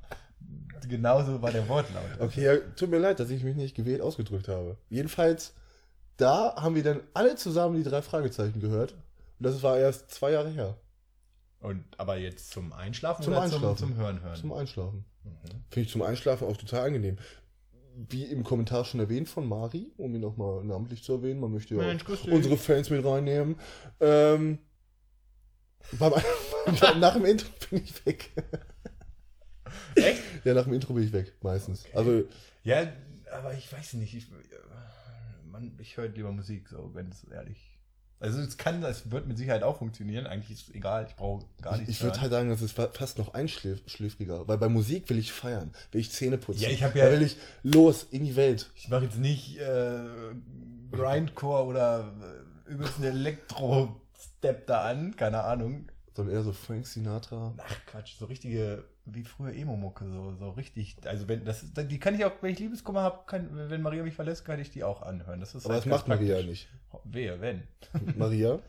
Speaker 2: Genauso war der Wortlaut.
Speaker 1: Okay, ja, tut mir leid, dass ich mich nicht gewählt ausgedrückt habe. Jedenfalls, da haben wir dann alle zusammen die drei Fragezeichen gehört. Und das war erst zwei Jahre her,
Speaker 2: Und, aber jetzt zum Einschlafen
Speaker 1: Zum
Speaker 2: oder
Speaker 1: Einschlafen.
Speaker 2: Zum, zum Hören hören?
Speaker 1: zum Einschlafen.
Speaker 2: mhm.
Speaker 1: Finde ich zum Einschlafen auch total angenehm. Wie im Kommentar schon erwähnt von Mari, um ihn nochmal namentlich zu erwähnen, man möchte ja auch
Speaker 2: Mensch, grüß dich.
Speaker 1: unsere Fans mit reinnehmen. Ähm, beim, beim- nach dem Intro bin ich weg.
Speaker 2: Echt?
Speaker 1: Ja, nach dem Intro bin ich weg, meistens. Also,
Speaker 2: Ja, aber ich weiß nicht. Ich, man, ich höre lieber Musik, so wenn es ehrlich. Also es kann, es wird mit Sicherheit auch funktionieren. Eigentlich ist es egal, ich brauche gar
Speaker 1: ich,
Speaker 2: nichts.
Speaker 1: ich würde
Speaker 2: hören.
Speaker 1: halt sagen, das ist fa- fast noch einschläfriger. Weil bei Musik will ich feiern, will ich Zähne putzen.
Speaker 2: Ja, ich hab
Speaker 1: Da
Speaker 2: ja-
Speaker 1: will ich los in die Welt.
Speaker 2: ich mache jetzt nicht äh, Grindcore oder äh, übelsten Elektro-Step da an, keine Ahnung.
Speaker 1: Sondern eher so Frank Sinatra.
Speaker 2: Ach Quatsch, so richtige, wie früher Emo-Mucke, so, so richtig. Also wenn das ist- die kann ich auch, wenn ich Liebeskummer habe, kann, wenn Maria mich verlässt, kann ich die auch anhören. Das ist
Speaker 1: Aber
Speaker 2: halt
Speaker 1: das
Speaker 2: ganz
Speaker 1: macht Maria ja
Speaker 2: praktisch.
Speaker 1: nicht.
Speaker 2: Wehe, wenn.
Speaker 1: Maria?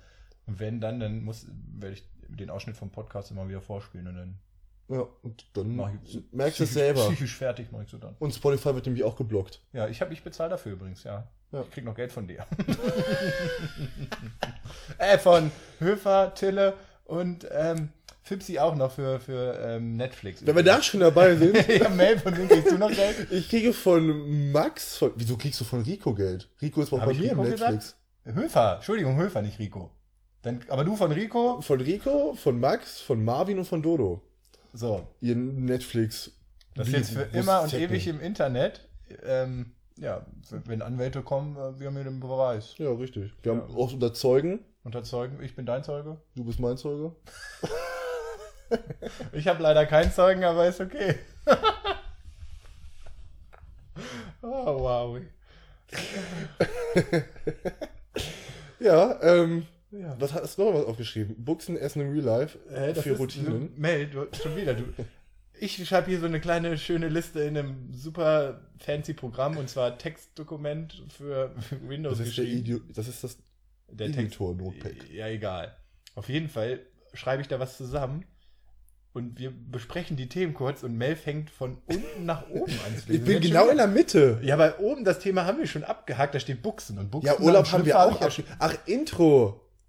Speaker 2: Und wenn dann, dann muss, werde ich den Ausschnitt vom Podcast immer wieder vorspielen und dann
Speaker 1: Ja, und dann
Speaker 2: mach ich
Speaker 1: merkst du es
Speaker 2: psychisch-
Speaker 1: selber.
Speaker 2: Psychisch fertig mache ich so dann.
Speaker 1: Und Spotify wird nämlich auch geblockt.
Speaker 2: Ja, ich habe ich bezahle dafür übrigens, ja.
Speaker 1: Ja.
Speaker 2: Ich krieg noch Geld von dir. äh, von Höfer, Tille und ähm, Fipsi auch noch für, für ähm, Netflix.
Speaker 1: Wenn wir da schon dabei sind,
Speaker 2: ja, Mel, von wem kriegst du noch Geld?
Speaker 1: ich kriege von Max, von, wieso kriegst du von Rico Geld? Rico ist auch
Speaker 2: Hab
Speaker 1: bei
Speaker 2: ich
Speaker 1: mir im
Speaker 2: Rico
Speaker 1: Netflix.
Speaker 2: Höfer, Entschuldigung, Höfer, nicht Rico. Dann, aber du von Rico?
Speaker 1: Von Rico, von Max, von Marvin und von Dodo.
Speaker 2: So,
Speaker 1: Ihr Netflix.
Speaker 2: das ist
Speaker 1: Wie-
Speaker 2: jetzt für
Speaker 1: muss
Speaker 2: immer und
Speaker 1: checken.
Speaker 2: ewig im Internet. Ähm, ja, wenn Anwälte kommen, äh, wir haben hier den Beweis.
Speaker 1: Ja, richtig. Wir haben
Speaker 2: Ja.
Speaker 1: auch unter Zeugen.
Speaker 2: Unter Zeugen, ich bin dein Zeuge.
Speaker 1: Du bist mein Zeuge.
Speaker 2: Ich habe leider keinen Zeugen, aber ist okay. oh, wow.
Speaker 1: Ja, ähm,
Speaker 2: Ja.
Speaker 1: was hast du noch was aufgeschrieben? Buchsen, Essen im Real Life.
Speaker 2: Äh, das
Speaker 1: für
Speaker 2: ist-
Speaker 1: Routinen.
Speaker 2: Du, Mel, du, schon wieder. Du, ich schreibe hier so eine kleine schöne Liste in einem super fancy Programm und zwar Textdokument für Windows
Speaker 1: Das ist, der
Speaker 2: geschrieben.
Speaker 1: Idio das ist das
Speaker 2: Der Text-
Speaker 1: Editor-Notepad.
Speaker 2: Ja, egal. Auf jeden Fall schreibe ich da was zusammen und wir besprechen die Themen kurz und Mel fängt von unten nach oben an. zu
Speaker 1: Ich
Speaker 2: lesen.
Speaker 1: bin
Speaker 2: Jetzt schon
Speaker 1: genau
Speaker 2: wieder-
Speaker 1: in der Mitte.
Speaker 2: Ja, aber oben das Thema haben wir schon abgehakt, da steht Buchsen und Buchsen.
Speaker 1: Ja, Urlaub
Speaker 2: und
Speaker 1: haben wir
Speaker 2: Schlüpfer
Speaker 1: auch.
Speaker 2: hab ich
Speaker 1: abgeschrieben. Ach, Intro.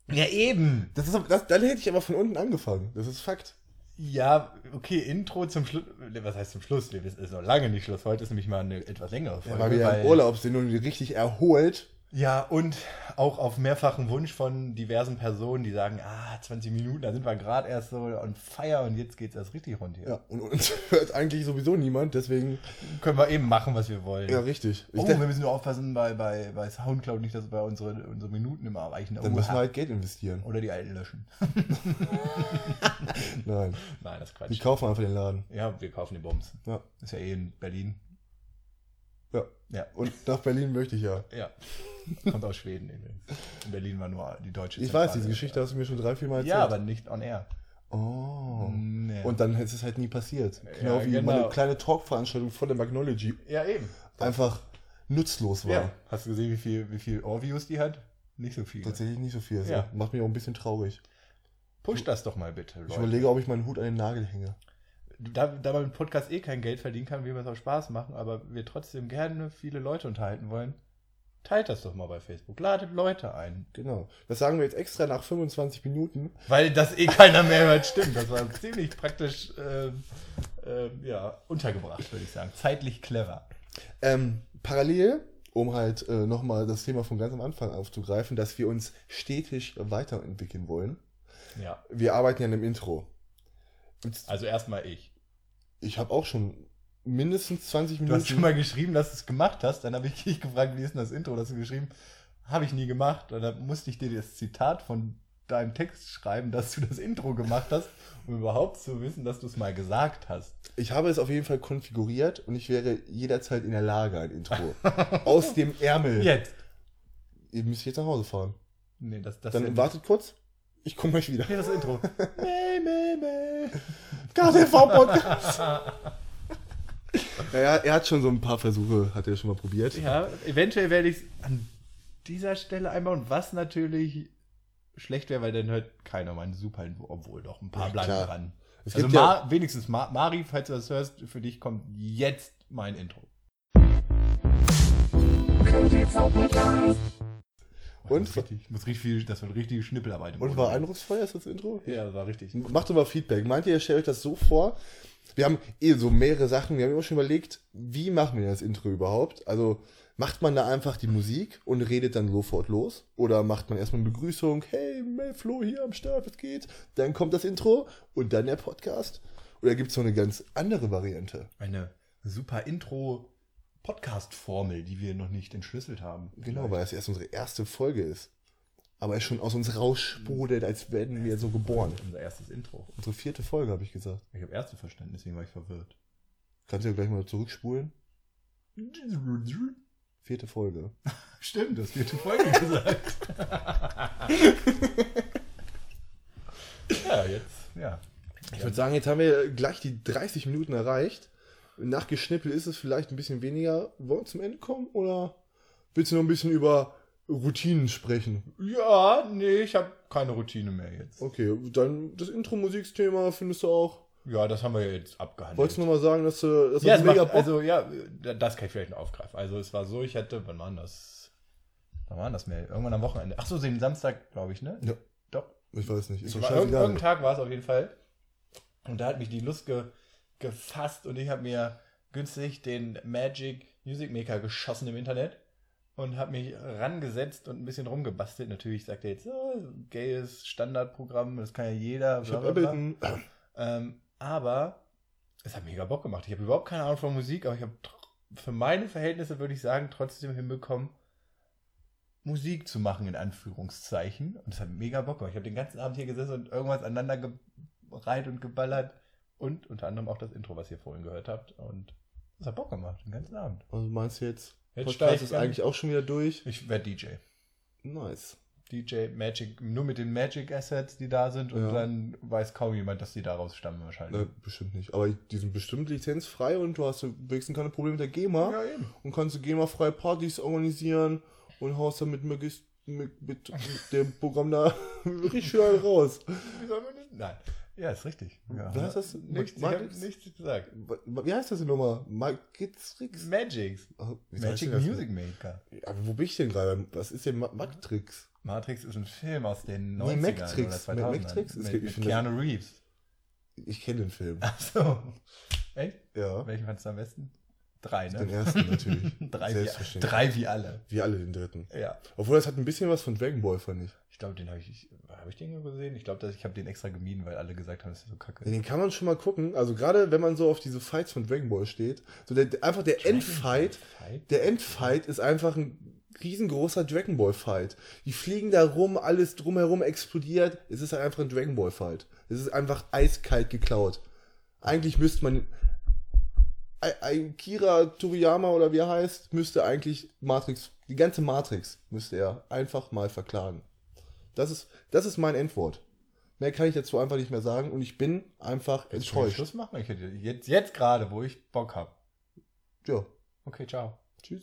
Speaker 2: auch- Ja, eben.
Speaker 1: Das ist, das, dann hätte ich aber von unten angefangen. Das ist Fakt.
Speaker 2: Ja, okay, Intro zum Schluss. Was heißt zum Schluss? Wir wissen, es ist noch lange nicht Schluss. Heute ist nämlich mal eine etwas längere Folge.
Speaker 1: Ja, weil wir ja im Urlaub sind und richtig erholt.
Speaker 2: Ja, und auch auf mehrfachen Wunsch von diversen Personen, die sagen, ah, 20 Minuten, da sind wir gerade erst so on fire und jetzt geht's erst richtig rund hier.
Speaker 1: Ja, und uns hört eigentlich sowieso niemand, deswegen.
Speaker 2: Können wir eben machen, was wir wollen.
Speaker 1: Ja, richtig. Ich
Speaker 2: oh, wir
Speaker 1: dachte,
Speaker 2: müssen nur aufpassen bei, bei, bei Soundcloud nicht, dass wir unsere, unsere Minuten immer erreichen.
Speaker 1: dann
Speaker 2: Oh,
Speaker 1: müssen wir
Speaker 2: ha.
Speaker 1: halt Geld investieren.
Speaker 2: Oder die alten löschen.
Speaker 1: Nein,
Speaker 2: Nein, das ist
Speaker 1: die
Speaker 2: Quatsch.
Speaker 1: kaufen einfach den Laden.
Speaker 2: Ja, wir kaufen die Bums.
Speaker 1: Ja.
Speaker 2: Ist ja eh in Berlin.
Speaker 1: Ja.
Speaker 2: Ja.
Speaker 1: Und nach Berlin möchte ich ja.
Speaker 2: Ja. Kommt aus Schweden übrigens. In Berlin war nur die deutsche
Speaker 1: Ich weiß,
Speaker 2: Zentrale.
Speaker 1: diese Geschichte hast du mir schon drei, vier Mal erzählt.
Speaker 2: Ja, aber nicht on air.
Speaker 1: Oh.
Speaker 2: Nee.
Speaker 1: Und dann ist es halt nie passiert. Genau wie
Speaker 2: genau.
Speaker 1: meine kleine Talk-Veranstaltung vor der Magnology
Speaker 2: ja, eben.
Speaker 1: einfach nutzlos war.
Speaker 2: Ja. Hast du gesehen, wie viel, wie viel Orviews die hat? Nicht so viel.
Speaker 1: Tatsächlich nicht so viel. Das
Speaker 2: Ja.
Speaker 1: Macht mich auch ein bisschen traurig.
Speaker 2: Push das doch mal bitte,
Speaker 1: Ich
Speaker 2: Leute.
Speaker 1: überlege, ob ich meinen Hut an den Nagel hänge.
Speaker 2: Da, da man im Podcast eh kein Geld verdienen kann, will mir es auch Spaß machen, aber wir trotzdem gerne viele Leute unterhalten wollen, teilt das doch mal bei Facebook. Ladet Leute ein.
Speaker 1: Genau. Das sagen wir jetzt extra nach 25 Minuten.
Speaker 2: Weil das eh keiner mehr hört, stimmt. Das war ziemlich praktisch ähm, ähm, ja, untergebracht, würde ich sagen. Zeitlich clever.
Speaker 1: Ähm, parallel, um halt äh, nochmal das Thema von ganz am Anfang aufzugreifen, dass wir uns stetig weiterentwickeln wollen.
Speaker 2: Ja.
Speaker 1: Wir arbeiten ja an dem Intro. Und
Speaker 2: Also erstmal ich.
Speaker 1: ich habe auch schon mindestens 20
Speaker 2: Du hast schon
Speaker 1: Minuten.
Speaker 2: mal geschrieben, dass du es gemacht hast. Dann habe ich dich gefragt, wie ist denn das Intro? Das hast du geschrieben, habe ich nie gemacht. Und dann musste ich dir das Zitat von deinem Text schreiben, dass du das Intro gemacht hast, um überhaupt zu wissen, dass du es mal gesagt hast.
Speaker 1: Ich habe es auf jeden Fall konfiguriert und ich wäre jederzeit in der Lage, ein Intro aus dem Ärmel.
Speaker 2: Jetzt.
Speaker 1: Ihr müsst jetzt nach Hause fahren.
Speaker 2: Nee, das, das
Speaker 1: Dann wartet kurz. Ich komme euch wieder.
Speaker 2: Nee, das Intro. meh, meh, meh.
Speaker 1: KTV-Podcast. naja, er hat schon so ein paar Versuche, hat er schon mal probiert.
Speaker 2: Ja, eventuell werde ich es an dieser Stelle einbauen, was natürlich schlecht wäre, weil dann hört keiner meinen Super, obwohl doch ein paar
Speaker 1: Ja,
Speaker 2: bleiben
Speaker 1: klar.
Speaker 2: dran.
Speaker 1: Es
Speaker 2: also
Speaker 1: gibt ja-
Speaker 2: Ma wenigstens Ma Mari, falls du das hörst, für dich kommt jetzt mein Intro.
Speaker 1: Und?
Speaker 2: Das, muss richtig, muss richtig viel, das wird richtige Schnippelarbeit. im
Speaker 1: Und
Speaker 2: Ohr
Speaker 1: war Mhm.
Speaker 2: sein.
Speaker 1: eindrucksvoll, ist das Intro?
Speaker 2: Ja, das war richtig.
Speaker 1: Macht doch mal Feedback. Meint ihr, ihr stellt euch das so vor? Wir haben eh so mehrere Sachen. Wir haben immer schon überlegt, wie machen wir das Intro überhaupt? Also macht man da einfach die Musik und redet dann sofort los? Oder macht man erstmal eine Begrüßung? Hey, Mel Flo hier am Start, was geht? Dann kommt das Intro und dann der Podcast? Oder gibt es noch eine ganz andere Variante?
Speaker 2: Eine super Intro-Podcast-Formel, die wir noch nicht entschlüsselt haben.
Speaker 1: Genau, weil das erst unsere erste Folge ist. Aber es schon aus uns raussprudelt, als werden wir so geboren.
Speaker 2: Unser erstes Intro.
Speaker 1: Unsere vierte Folge, habe ich gesagt.
Speaker 2: Ich habe Ärzte verstanden, deswegen war ich verwirrt.
Speaker 1: Kannst du ja gleich mal zurückspulen. Vierte Folge.
Speaker 2: Stimmt, das vierte Folge gesagt. ja, jetzt, ja.
Speaker 1: Ich würde sagen, jetzt haben wir gleich die 30 Minuten erreicht. Nach Geschnippel ist es vielleicht ein bisschen weniger. Wollen wir zum Ende kommen oder willst du noch ein bisschen über Routinen sprechen?
Speaker 2: Ja, nee, ich habe keine Routine mehr jetzt.
Speaker 1: Okay, dann das Intro-Musikthema findest du auch.
Speaker 2: Ja, das haben wir jetzt abgehandelt.
Speaker 1: Wolltest du nochmal sagen, dass du dass
Speaker 2: ja,
Speaker 1: das
Speaker 2: es macht,
Speaker 1: Bock-
Speaker 2: also, ja, das kann ich vielleicht noch aufgreifen. Also, es war so, ich hatte, wann war denn das? Wann war denn das mehr? Irgendwann am Wochenende. Ach so, den Samstag, glaube ich, ne?
Speaker 1: Ja.
Speaker 2: Doch,
Speaker 1: Ich weiß nicht, ist doch
Speaker 2: War, irg irgendein
Speaker 1: scheißegal.
Speaker 2: Tag war es auf jeden Fall. Und da hat mich die Lust ge, gefasst und ich habe mir günstig den Magic Music Maker geschossen im Internet und habe mich rangesetzt und ein bisschen rumgebastelt. Natürlich sagt er jetzt, oh, gayes Standardprogramm, das kann ja jeder.
Speaker 1: Ich
Speaker 2: bla,
Speaker 1: hab
Speaker 2: bla, bla.
Speaker 1: Ableton.
Speaker 2: Ähm, aber es hat mega Bock gemacht. Ich habe überhaupt keine Ahnung von Musik, aber ich habe für meine Verhältnisse, würde ich sagen, trotzdem hinbekommen, Musik zu machen, in Anführungszeichen. Und es hat mega Bock gemacht. Ich habe den ganzen Abend hier gesessen und irgendwas aneinander gereiht und geballert. Und unter anderem auch das Intro, was ihr vorhin gehört habt. Und es hat Bock gemacht, den ganzen Abend.
Speaker 1: Also meinst du jetzt,
Speaker 2: Jetzt steig
Speaker 1: Podcast ist
Speaker 2: ich an.
Speaker 1: eigentlich auch schon wieder durch?
Speaker 2: Ich werde DJ.
Speaker 1: Nice.
Speaker 2: DJ Magic, nur mit den Magic Assets, die da sind. Und
Speaker 1: Ja.
Speaker 2: dann weiß kaum jemand, dass die daraus stammen wahrscheinlich.
Speaker 1: Ne, bestimmt nicht. Aber die sind bestimmt lizenzfrei und du hast wenigstens keine Probleme mit der GEMA.
Speaker 2: eben.
Speaker 1: und kannst du GEMA-freie Partys organisieren und haust dann mit, möglichst- mit, mit, mit dem Programm da richtig schön raus.
Speaker 2: Wie soll man das? Nein. Ja, ist richtig. Ja.
Speaker 1: Wie heißt das?
Speaker 2: Nichts, ich
Speaker 1: Mag-
Speaker 2: habe nichts gesagt.
Speaker 1: Wa- Wie heißt das denn nochmal? Magtrix?
Speaker 2: Magix.
Speaker 1: Oh, wie heißt
Speaker 2: Magic
Speaker 1: denn das?
Speaker 2: Music Maker.
Speaker 1: Aber wo bin ich denn gerade? Was ist denn Ma- Magtrix?
Speaker 2: Matrix ist ein Film aus den
Speaker 1: Nee,
Speaker 2: 90ern
Speaker 1: Matrix.
Speaker 2: oder 2000ern.
Speaker 1: Matrix ist-
Speaker 2: mit,
Speaker 1: ich
Speaker 2: mit
Speaker 1: finde-
Speaker 2: Keanu Reeves.
Speaker 1: Ich kenne den Film.
Speaker 2: Achso. Echt?
Speaker 1: Ja.
Speaker 2: Welchen fandst du am besten? Drei,
Speaker 1: Den
Speaker 2: ne?
Speaker 1: ersten natürlich.
Speaker 2: Drei wie,
Speaker 1: Selbstverständlich.
Speaker 2: drei wie alle.
Speaker 1: Wir alle den dritten.
Speaker 2: Ja.
Speaker 1: Obwohl, das hat ein bisschen was von Dragon Ball, fand ich.
Speaker 2: Ich glaube, den habe ich. Habe ich den gesehen? Ich glaube, dass- ich habe den extra gemieden, weil alle gesagt haben, das ist so kacke.
Speaker 1: Ja, Den kann man schon mal gucken. Also gerade wenn man so auf diese Fights von Dragon Ball steht, so der, einfach der Endfight
Speaker 2: Fight?
Speaker 1: Der Endfight ist einfach ein riesengroßer Dragon Ball Fight. Die fliegen da rum, alles drumherum explodiert. Es ist halt einfach ein Dragon Ball Fight. Es ist einfach eiskalt geklaut. Eigentlich müsste man Ei- Ei- Kira Toriyama oder wie er heißt, müsste eigentlich Matrix, die ganze Matrix müsste er einfach mal verklagen. Das ist, das ist mein Endwort. Mehr kann ich dazu einfach nicht mehr sagen und ich bin einfach
Speaker 2: Willst du den
Speaker 1: enttäuscht.
Speaker 2: Schluss machen? Ich hätte jetzt, jetzt gerade, wo ich Bock habe.
Speaker 1: Ja,
Speaker 2: Okay, ciao.
Speaker 1: tschüss.